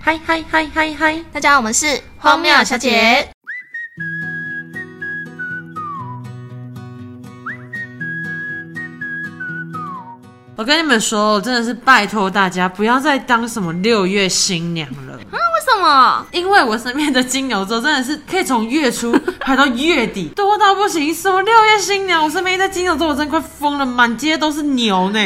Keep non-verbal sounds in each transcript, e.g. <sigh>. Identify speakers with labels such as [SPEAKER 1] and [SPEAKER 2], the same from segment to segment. [SPEAKER 1] 嗨嗨嗨嗨嗨！
[SPEAKER 2] 大家好，我们是
[SPEAKER 1] 荒谬小姐。我跟你们说，真的是拜托大家不要再当什么六月新娘
[SPEAKER 2] <laughs>
[SPEAKER 1] 了，
[SPEAKER 2] 为什么？
[SPEAKER 1] 因为我身边的金牛座真的是可以从月初排到月底，多到不行。什么六月新娘，我身边一堆金牛座，我真的快疯了，满街都是
[SPEAKER 2] <laughs>
[SPEAKER 1] 牛呢，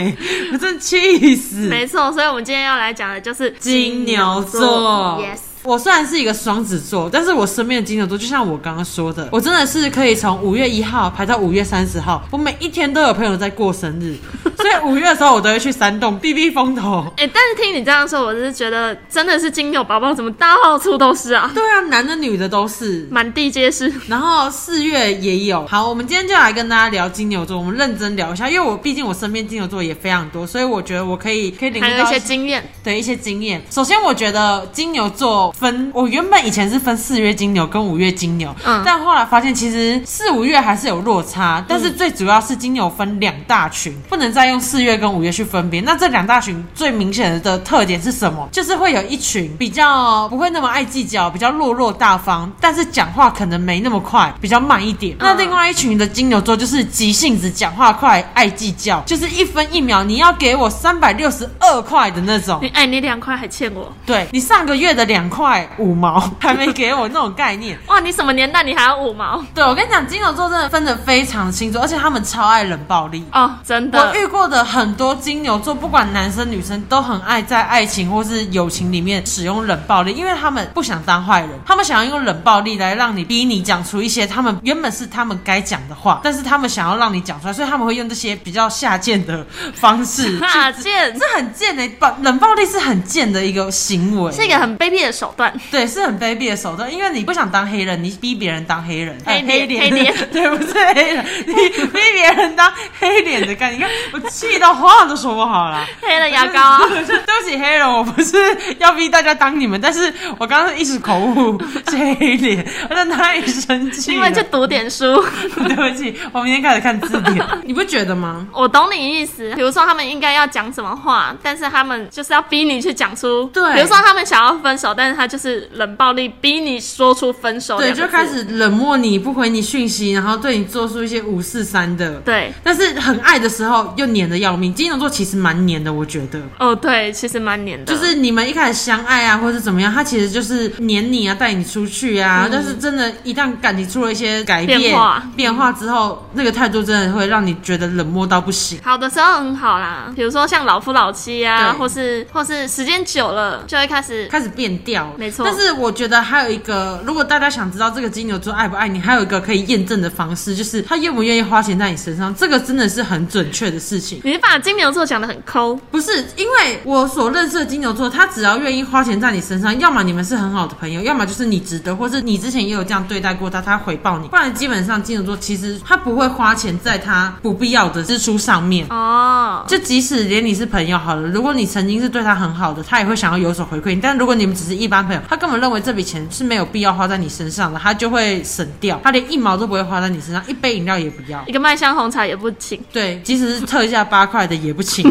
[SPEAKER 1] 我真的气死。
[SPEAKER 2] 没错，所以我们今天要来讲的就是
[SPEAKER 1] 金牛座。
[SPEAKER 2] Yes，
[SPEAKER 1] 我虽然是一个双子座，但是我身边的金牛座，就像我刚刚说的，我真的是可以从五月一号排到五月三十号，我每一天都有朋友在过生日，所以五月的时候我都会去山洞避避风头。
[SPEAKER 2] 哎、但是听你这样说，我是觉得真的是金牛宝宝怎么到处都是啊，
[SPEAKER 1] 对啊，男的女的都是。
[SPEAKER 2] 满地皆是。
[SPEAKER 1] 然后四月也有。好，我们今天就来跟大家聊金牛座，我们认真聊一下，因为我毕竟我身边金牛座也非常多，所以我觉得我可以可以领
[SPEAKER 2] 还
[SPEAKER 1] 略
[SPEAKER 2] 有一
[SPEAKER 1] 到哦
[SPEAKER 2] 些经验，
[SPEAKER 1] 的一些经验。首先，我觉得金牛座分，我原本以前是分四月金牛跟五月金牛，
[SPEAKER 2] 嗯
[SPEAKER 1] 但后来发现其实四五月还是有落差，但是最主要是金牛分两大群，不能再用四月跟五月去分别。那这两大群最明显的特点是什么？就是会有一群比较不会那么爱计较，比较落落大方，但是讲话可能没那么快，比较慢一点。那另外一群的金牛座就是急性子，讲话快，爱计较，就是一分一秒你要给我三百六十二块的那种
[SPEAKER 2] 你。哎、你两块还欠我，
[SPEAKER 1] 对你上个月的两块五毛还没给我那种概念。 <laughs>
[SPEAKER 2] 哇，你什么年代你还要五毛？
[SPEAKER 1] 对我跟你讲，金牛座真的分得非常清楚，而且他们超爱冷暴力。
[SPEAKER 2] 哦，真
[SPEAKER 1] 我
[SPEAKER 2] 的，。
[SPEAKER 1] 遇过的很多金牛座，不管男生女生，都很爱在爱情或是友情里面使用冷暴力，因为他们不想当坏人，他们想要用冷暴力来让你逼你讲出一些他们原本是他们该讲的话，但是他们想要让你讲出来，所以他们会用这些比较下贱的方
[SPEAKER 2] <laughs>
[SPEAKER 1] 式
[SPEAKER 2] 大件
[SPEAKER 1] <laughs> 这很贱的、暴冷暴力是很贱的一个行为，
[SPEAKER 2] 是一个很卑鄙的手段。
[SPEAKER 1] 对，是很卑鄙的手段，因为你不想当黑人，你逼别人当黑人，呃
[SPEAKER 2] 黑脸
[SPEAKER 1] 黑
[SPEAKER 2] 黑
[SPEAKER 1] 脸，
[SPEAKER 2] 脸
[SPEAKER 1] <laughs> 对，不是黑人，你逼别人当黑脸的概念，你看我气到话都说不好 <laughs> 了。
[SPEAKER 2] 黑了牙膏啊，
[SPEAKER 1] 对不起，黑人，我不是要逼大家当你们，但是我刚刚一时口 <laughs> 误是黑脸，我真的太生气
[SPEAKER 2] 因
[SPEAKER 1] 了
[SPEAKER 2] 为。就读点书。
[SPEAKER 1] <laughs> 对不起，我明天开始看字典， <laughs> 你不觉得吗？
[SPEAKER 2] 我懂你意思，比如说他们应该要讲什么话，但是他们就是要逼你去讲出。
[SPEAKER 1] 对
[SPEAKER 2] 比如说他们想要分手，但是他就是冷暴力逼你说出分手。
[SPEAKER 1] 对，就开。始冷漠你，不回你讯息，然后对你做出一些五四三的。
[SPEAKER 2] 对，
[SPEAKER 1] 但是很爱的时候又黏的要命。金牛座其实蛮黏的，我觉得。
[SPEAKER 2] 哦，对，其实蛮黏的。
[SPEAKER 1] 就是你们一开始相爱啊，或是怎么样，他其实就是黏你啊，带你出去啊。但是真的，一旦感情出了一些改
[SPEAKER 2] 嗯
[SPEAKER 1] 变、
[SPEAKER 2] 变化
[SPEAKER 1] 变化之后，那个态度真的会让你觉得冷漠到不行。
[SPEAKER 2] 好的时候很好啦，比如说像老夫老妻啊，
[SPEAKER 1] 对
[SPEAKER 2] 或是或是时间久了就会开始。
[SPEAKER 1] 开始变调，
[SPEAKER 2] 没错
[SPEAKER 1] 但是我觉得还有一个，如果大家想知道这个金牛座爱不爱你，还有一个可以验证的方式，就是他愿不愿意花钱在你身上。这个真的是很准确的事情。
[SPEAKER 2] 你把金牛座讲的很抠，
[SPEAKER 1] 不是，因为我所认识的金牛座，他只要愿意花钱在你身上，要么你们是很好的朋友，要么就是你值得，或是你之前也有这样对待过他，他回报你。不然基本上金牛座其实他不会花钱在他不必要的支出上面。
[SPEAKER 2] 哦，
[SPEAKER 1] 就即使连你是朋友好了，如果你曾经是对他很好的，他也会想要有所回馈你。但如果你们只是一般朋友，他根本认为这笔钱是没有必要花在你身上的，他就会省掉，他连一毛都不会花在你身上，一杯饮料也不要。
[SPEAKER 2] 一个麦香红茶也不请，
[SPEAKER 1] 对，即使是特价八块的也不请。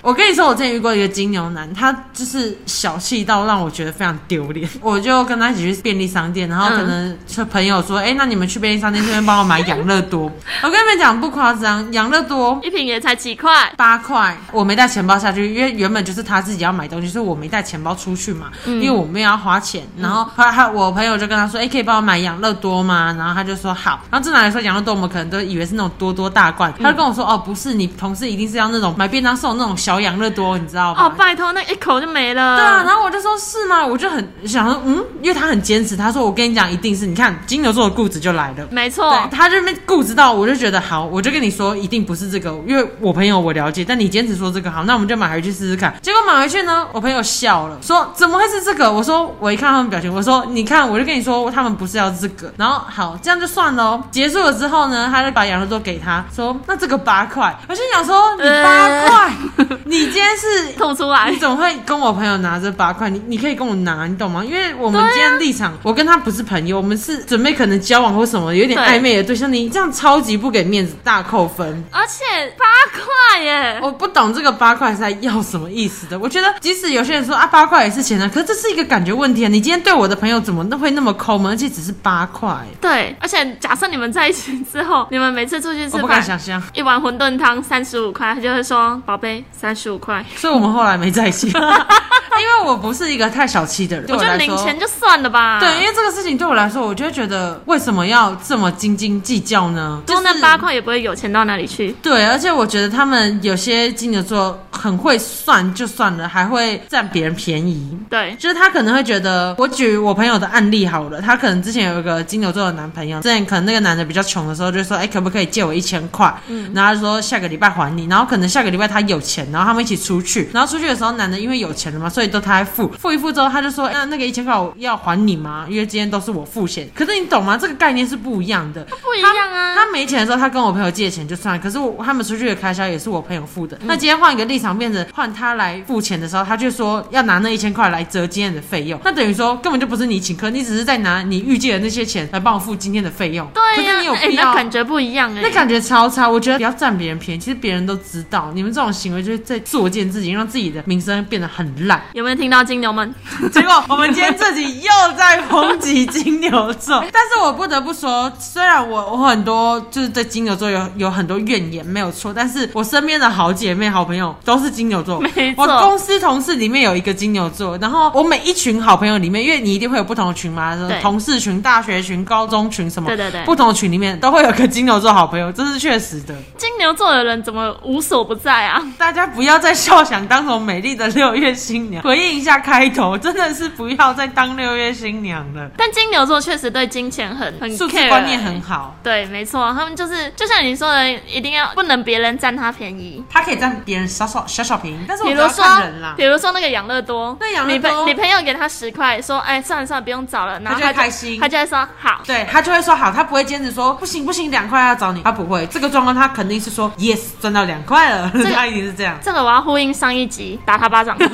[SPEAKER 1] 我跟你说，我之前遇过一个金牛男，他就是小气到让我觉得非常丢脸。我就跟他一起去便利商店，然后可能是朋友说：“哎、那你们去便利商店这边帮我买养乐多。”我跟你们讲不夸张，养乐多
[SPEAKER 2] 一瓶也才几块，
[SPEAKER 1] 八块，我没带钱包下去，因为原本就是他自己要买东西，所以我没带钱包出去嘛，因为我没有要花钱。然后他他我朋友就跟他说，哎、可以帮我买养乐多吗？然后他就说好。然后正常来说，养乐多我们可能都以为是那种多多大罐，他就跟我说，哦，不是，你同事一定是要那种买便当送那种小养乐多，你知道吗？
[SPEAKER 2] 哦，嗯拜托，那一口就没了。
[SPEAKER 1] 对啊，然后我就说是吗？我就很想说，嗯，因为他很坚持，他说我跟你讲，一定是你看金牛座的固执就来了。
[SPEAKER 2] 没
[SPEAKER 1] 对
[SPEAKER 2] 错，
[SPEAKER 1] 他这边固执到，我就觉得好，我就跟你说一定不是这个，因为我朋友我了解，但你坚持说这个好，那我们就买回去试试看。结果买回去呢，我朋友笑了，说怎么会是这个？我说我一看他们表情，我说你看，我就跟你说他们不是要这个。然后好，这样就算了哦。结束了之后呢，他就把养乐多给他，说那这个八块，我心想说你八块，你今天是
[SPEAKER 2] 吐出来
[SPEAKER 1] 你。怎么会跟我朋友拿这八块？你你可以跟我拿，你懂吗？因为我们今天立场，我跟他不是朋友，我们是准备可能交往或什么，有点
[SPEAKER 2] 对
[SPEAKER 1] 暧昧的对象。你这样超级不给面子，大扣
[SPEAKER 2] <laughs>
[SPEAKER 1] 分。
[SPEAKER 2] 而且八块耶，
[SPEAKER 1] 我不懂这个八块是在要什么意思的。我觉得，即使有些人说啊八块也是钱啊，可是这是一个感觉问题啊。你今天对我的朋友怎么会那么抠门？而且只是八块，
[SPEAKER 2] 对，而且假设你们在一起之后，你们每次出去
[SPEAKER 1] 我
[SPEAKER 2] 吃
[SPEAKER 1] 不敢
[SPEAKER 2] 饭，
[SPEAKER 1] 想象。
[SPEAKER 2] 一碗馄饨汤三十五块，他就会说宝贝三十五块。
[SPEAKER 1] 所以我们后来没在一
[SPEAKER 2] <laughs>
[SPEAKER 1] 起，因 <laughs> 为我不是一个太小气的人。对
[SPEAKER 2] 我觉
[SPEAKER 1] 来
[SPEAKER 2] 得
[SPEAKER 1] 说
[SPEAKER 2] 零钱就算了吧，
[SPEAKER 1] 对，因为这个事情对我来说，我就会觉得为什么要这么斤斤计较呢？
[SPEAKER 2] 多
[SPEAKER 1] 就是
[SPEAKER 2] 那八。块也不会有钱到哪里去。
[SPEAKER 1] 对，而且我觉得他们有些金牛座很会算，就算了，还会占别人便宜。
[SPEAKER 2] 对，
[SPEAKER 1] 就是他可能会觉得，我举我朋友的案例好了，他可能之前有一个金牛座的男朋友，之前可能那个男的比较穷的时候，就说，哎、可不可以借我一千块？嗯，然后他就说下个礼拜还你，然后可能下个礼拜他有钱，然后他们一起出去，然后出去的时候，男的因为有钱了嘛，所以都他来付，付一付之后，他就说，哎那那个一千块我要还你吗？因为今天都是我付钱。可是你懂吗？这个概念是不一样的，
[SPEAKER 2] 不一样啊。
[SPEAKER 1] 他没钱的时候，他跟我朋友借钱就算了，可是我他们出去的开销也是我朋友付
[SPEAKER 2] 嗯
[SPEAKER 1] 的。那今天换一个立场，变成换他来付钱的时候，他就说要拿那一千块来折今天的费用，那等于说根本就不是你请客，你只是在拿你预借的那些钱来帮我付今天的费用。
[SPEAKER 2] 对
[SPEAKER 1] 可是
[SPEAKER 2] 呀、
[SPEAKER 1] 你有
[SPEAKER 2] 哎
[SPEAKER 1] 必要
[SPEAKER 2] 那？感觉不一样哎、
[SPEAKER 1] 那感觉超差，我觉得不要占别人便宜，其实别人都知道，你们这种行为就是在作践自己，让自己的名声变得很烂。
[SPEAKER 2] 有没有听到金牛们？
[SPEAKER 1] <laughs> 结果我们今天这集又在抨击金牛
[SPEAKER 2] <laughs>
[SPEAKER 1] 座，但是我不得不说，虽然我我很多就是对金牛座有有很多怨言没有错，但是我身边的好姐妹、好朋友都是金牛座，
[SPEAKER 2] 没错
[SPEAKER 1] 我公司同事里面有一个金牛座，然后我每一群好朋友里面，因为你一定会有不同的群嘛，什么
[SPEAKER 2] 对
[SPEAKER 1] 同事群、大学群、高中群什么，
[SPEAKER 2] 对对对
[SPEAKER 1] 不同的群里面都会有个金牛座好朋友，这是确实的。
[SPEAKER 2] 金牛座的人怎么无所不在啊？
[SPEAKER 1] 大家不要再笑，想当什么美丽的六月新娘。回应一下开头，真的是不要再当六月新娘了。
[SPEAKER 2] 但金牛座确实对金钱很很
[SPEAKER 1] 数
[SPEAKER 2] care，
[SPEAKER 1] 字观念很好，
[SPEAKER 2] 对，没错，他们就是就像你说的，一定要不能别人占他便宜。
[SPEAKER 1] 他可以占别人小小小小便宜，但是我
[SPEAKER 2] 比
[SPEAKER 1] 觉
[SPEAKER 2] 如
[SPEAKER 1] 得
[SPEAKER 2] 说
[SPEAKER 1] 看人啦，
[SPEAKER 2] 比，如说那个养乐多，
[SPEAKER 1] 那养乐
[SPEAKER 2] 你
[SPEAKER 1] 多
[SPEAKER 2] 朋你朋友给他十块，说哎算了算了，不用找了，然后
[SPEAKER 1] 就会
[SPEAKER 2] 他
[SPEAKER 1] 开心
[SPEAKER 2] 他就会说好。
[SPEAKER 1] 对他就会说好，他不会坚持说不行不行，两块要找你，他不会。这个状况他肯定是说 yes 赚到两块了，
[SPEAKER 2] 个
[SPEAKER 1] <laughs> 他一定是
[SPEAKER 2] <laughs>
[SPEAKER 1] 这样，
[SPEAKER 2] 这个我要呼应上一集，打他巴掌。 <laughs>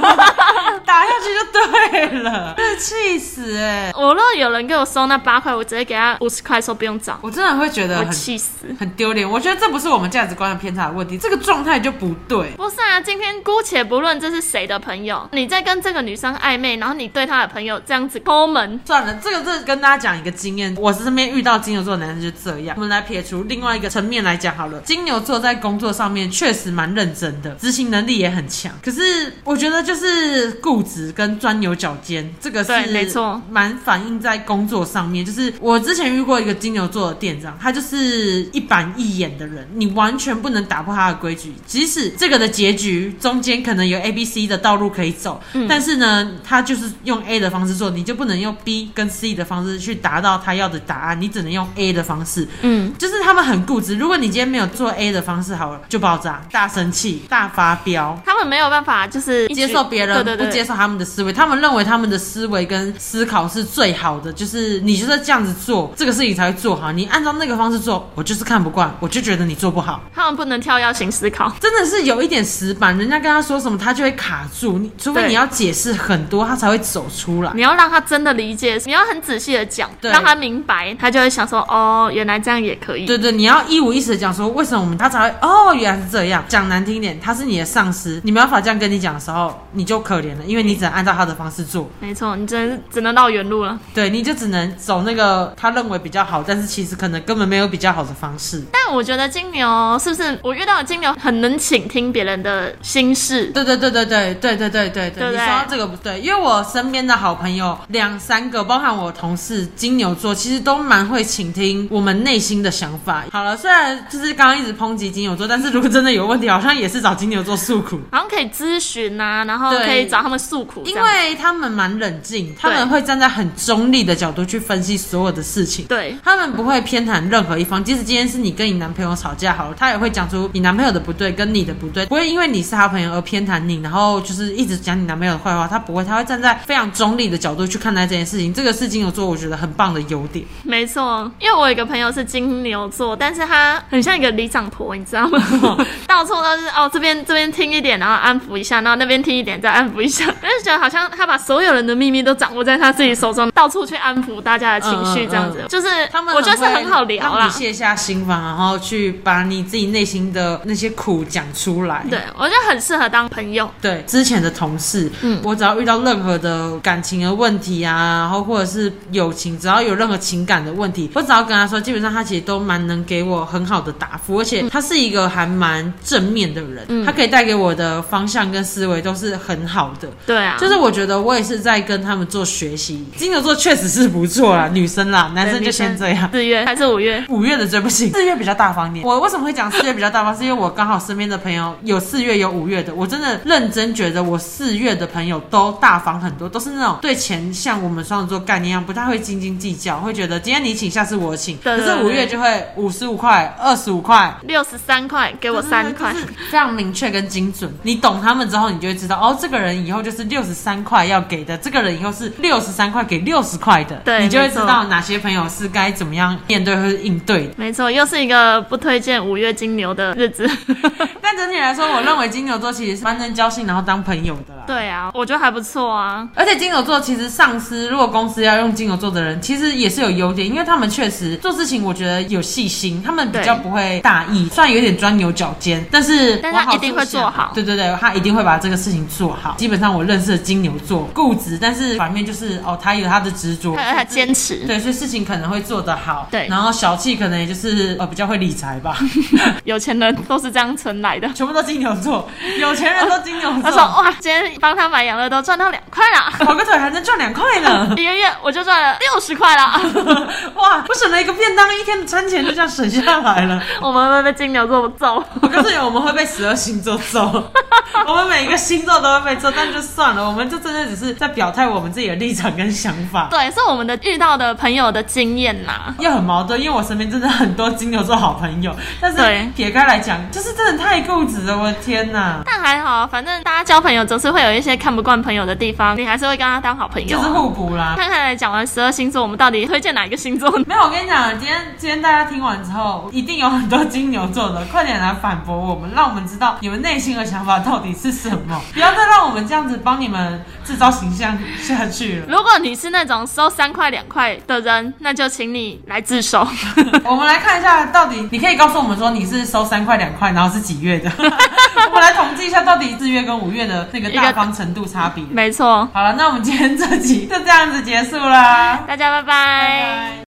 [SPEAKER 1] 打下去就对了，真的气死哎、
[SPEAKER 2] 我若有人给我收那八块，我直接给他五十块，说不用找，
[SPEAKER 1] 我真的会觉得
[SPEAKER 2] 我
[SPEAKER 1] 很
[SPEAKER 2] 气死。
[SPEAKER 1] 很丢脸，我觉得这不是我们价值观的偏差的问题，这个状态就不对。
[SPEAKER 2] 不是啊，今天姑且不论这是谁的朋友，你在跟这个女生暧昧，然后你对她的朋友这样子抠门，
[SPEAKER 1] 算了，这个这跟大家讲一个经验，我身边遇到金牛座的男生就这样。我们来撇除另外一个层面来讲好了，金牛座在工作上面确实蛮认真的，执行能力也很强。可是我觉得就是固执跟钻牛角尖，这个
[SPEAKER 2] 对
[SPEAKER 1] 是
[SPEAKER 2] 没错
[SPEAKER 1] 蛮反映在工作上面。就是我之前遇过一个金牛座的店长，他就是一板一眼的人，你完全不能打破他的规矩。即使这个的结局中间可能有 A、B、C 的道路可以走，但是呢，他就是用 A 的方式做，你就不能用 B 跟 C 的方式去达到他要的答案，你只能用 A 的方式。
[SPEAKER 2] 嗯，
[SPEAKER 1] 就是他们很固执，如果你今天没有做 A 的方式，好了就爆炸、大生气、大发飙。
[SPEAKER 2] 他们没有办法就是一起
[SPEAKER 1] 接受别人
[SPEAKER 2] 对对
[SPEAKER 1] 不接
[SPEAKER 2] 对，
[SPEAKER 1] 受他们的思维，他们认为他们的思维跟思考是最好的，就是你就是这样子做，这个事情才会做好。你按照那个方式做，我就是看不惯，我就觉得你做不好。
[SPEAKER 2] 他们不能跳跃型思考。
[SPEAKER 1] 真的是有一点死板，人家跟他说什么，他就会卡住。你除非
[SPEAKER 2] 对
[SPEAKER 1] 你要解释很多，他才会走出来。
[SPEAKER 2] 你要让他真的理解，你要很仔细的讲，
[SPEAKER 1] 对
[SPEAKER 2] 让他明白，他就会想说，哦，原来这样也可以。
[SPEAKER 1] 对对，你要一五一十的讲说为什么我们他才会哦，原来是这样。讲难听点，他是你的上司，你没办法这样跟你讲的时候，你就可怜了，因为你只能按照他的方式做，
[SPEAKER 2] 没错，你真的是只能绕原路了。
[SPEAKER 1] 对，你就只能走那个他认为比较好，但是其实可能根本没有比较好的方式。
[SPEAKER 2] 但我觉得金牛是不是我遇到的金牛很能倾听别人的心事？
[SPEAKER 1] 对对对对对对对对
[SPEAKER 2] 对
[SPEAKER 1] 对对，
[SPEAKER 2] 不
[SPEAKER 1] 你
[SPEAKER 2] 对
[SPEAKER 1] 说到这个不对，因为我身边的好朋友两三个，包含我同事金牛座，其实都蛮会倾听我们内心的想法。好了，虽然就是刚刚一直抨击金牛座，但是如果真的有问题，好像也是找金牛座诉苦。
[SPEAKER 2] 好像可以咨询啊，然后
[SPEAKER 1] 对
[SPEAKER 2] 可以找他们诉苦这
[SPEAKER 1] 因
[SPEAKER 2] 样，
[SPEAKER 1] 为他们蛮冷境，他们会站在很中立的角度去分析所有的事情。
[SPEAKER 2] 对，
[SPEAKER 1] 他们不会偏袒任何一方，即使今天是你跟你男朋友吵架好了，他也会讲出你男朋友的不对跟你的不对，不会因为你是他朋友而偏袒你，然后就是一直讲你男朋友的坏话，他不会，他会站在非常中立的角度去看待这件事情，这个是金牛座我觉得很棒的优点。
[SPEAKER 2] 没错，因为我有一个朋友是金牛座，但是他很像一个里长婆，你知
[SPEAKER 1] <laughs>
[SPEAKER 2] 道吗？到处都是哦，这边这边听一点，然后安抚一下，然后那边听一点，再安抚一
[SPEAKER 1] <laughs>
[SPEAKER 2] 下。我就觉得好像他把所有人的秘密都掌握在他自己手中，到处去安抚大家的情绪，这样子、
[SPEAKER 1] 嗯嗯嗯
[SPEAKER 2] 就是
[SPEAKER 1] 他们
[SPEAKER 2] 我觉得是
[SPEAKER 1] 会
[SPEAKER 2] 很好聊啊
[SPEAKER 1] 让
[SPEAKER 2] 啦。
[SPEAKER 1] 你卸下心防，然后去把你自己内心的那些苦讲出来。
[SPEAKER 2] 对，我觉得很适合当朋友。
[SPEAKER 1] 对之前的同事，
[SPEAKER 2] 嗯
[SPEAKER 1] 我只要遇到任何的感情的问题啊，然后或者是友情，只要有任何情感的问题，我只要跟他说，基本上他其实都蛮能给我很好的答复，而且他是一个还蛮正面的人，他可以带给我的方向跟思维都是很好的。
[SPEAKER 2] 对啊，
[SPEAKER 1] 就是我觉得我也是在跟他们做学习，金牛座确实是不错啦，女生啦，男生就先这样。
[SPEAKER 2] 四月还是五月？
[SPEAKER 1] 五月的追不行，四月比较大方一点。我为什么会讲四月比较大方？是因为我刚好身边的朋友有四月有五月的，我真的认真觉得我四月的朋友都大方很多，都是那种对钱像我们双子座概念一样，不太会斤斤计较，会觉得今天你请，下次我请。
[SPEAKER 2] 对
[SPEAKER 1] 可
[SPEAKER 2] 对
[SPEAKER 1] 是五月就会五十五块、二十五块。
[SPEAKER 2] 六十三块，给我三块。
[SPEAKER 1] 就是非常明确跟精准。你懂他们之后，你就会知道，哦，这个人以后就是六十三块要给的，这个人以后是六十三块给六十块的，
[SPEAKER 2] 对
[SPEAKER 1] 你就会知
[SPEAKER 2] 没
[SPEAKER 1] 道
[SPEAKER 2] 错
[SPEAKER 1] 哪些朋友是该怎么样面对或是应对的。
[SPEAKER 2] 没错，又是一个不推荐五月金牛的日
[SPEAKER 1] <laughs>
[SPEAKER 2] 子。
[SPEAKER 1] 但整体来说，我认为金牛座其实是蛮能交心，然后当朋友的啦。
[SPEAKER 2] 对啊，我觉得还不错啊。
[SPEAKER 1] 而且金牛座其实上司，如果公司要用金牛座的人，其实也是有优点，因为他们确实做事情，我觉得有细心，他们比较
[SPEAKER 2] 对
[SPEAKER 1] 不会大意，虽然有点钻牛角尖，但是
[SPEAKER 2] 但是他
[SPEAKER 1] 往
[SPEAKER 2] 一定
[SPEAKER 1] 处
[SPEAKER 2] 会
[SPEAKER 1] 想
[SPEAKER 2] 做好
[SPEAKER 1] 啊对对对，他一定会把这个事情做好。基本上我认识的金牛座固执，但是反面就是哦，他有他的执着，
[SPEAKER 2] 还有 <laughs> 他坚持，
[SPEAKER 1] 对，所以事情可能会做得好。
[SPEAKER 2] 对
[SPEAKER 1] 然后小气可能也就是呃比较会理财吧， <laughs>
[SPEAKER 2] 有钱人都是这样存来 <laughs> 的。
[SPEAKER 1] 全部都金牛座，有钱人都金牛座。
[SPEAKER 2] 他说：“哇，今天帮他买养乐多赚到两块 <laughs> 了，！
[SPEAKER 1] <laughs> 跑个腿还能赚两块呢 <laughs>
[SPEAKER 2] 一个月我就赚了六十块了。
[SPEAKER 1] 哇，我省了一个便当，一天的餐钱就这样省下来了。”
[SPEAKER 2] <laughs> 我们会被金牛座揍。
[SPEAKER 1] 我告诉你，我们会被十二星座揍， <laughs> 我们每一个星座都会被揍，但就算了，我们就真的只是在表态我们自己的立场跟想法。
[SPEAKER 2] 对，是我们的遇到的朋友的经验啦。
[SPEAKER 1] 又很矛盾，因为我身边真的很多金牛座好朋友，但
[SPEAKER 2] 对
[SPEAKER 1] 是撇开来讲，就是真的太固执了，我的天哪！
[SPEAKER 2] 但还好，反正大家交朋友总是会有一些看不惯朋友的地方，你还是会跟他当好朋友
[SPEAKER 1] 就
[SPEAKER 2] 啊、
[SPEAKER 1] 是互补啦。
[SPEAKER 2] 看看来讲完十二星座，我们到底推荐哪一个星 <laughs> 座呢？
[SPEAKER 1] 没有，我跟你讲，今天今天大家听完之后，一定有很多金牛座的，快点来反驳我们，让我们知道你们内心的想法到底是什么，不要再让我们这样子帮你们制造形象下去了。
[SPEAKER 2] 如果你是那种收三块两块的人，那就请你来自 <laughs> 首。
[SPEAKER 1] 我们来看一下，到底你可以告诉我们说你是收三块两块，然后是几月的？我们来统计一下，到底四月跟五月的那个大方程度差别。
[SPEAKER 2] 没错，
[SPEAKER 1] 好了，那我们今天这集就这样子结束啦，
[SPEAKER 2] 大家拜
[SPEAKER 1] 拜拜。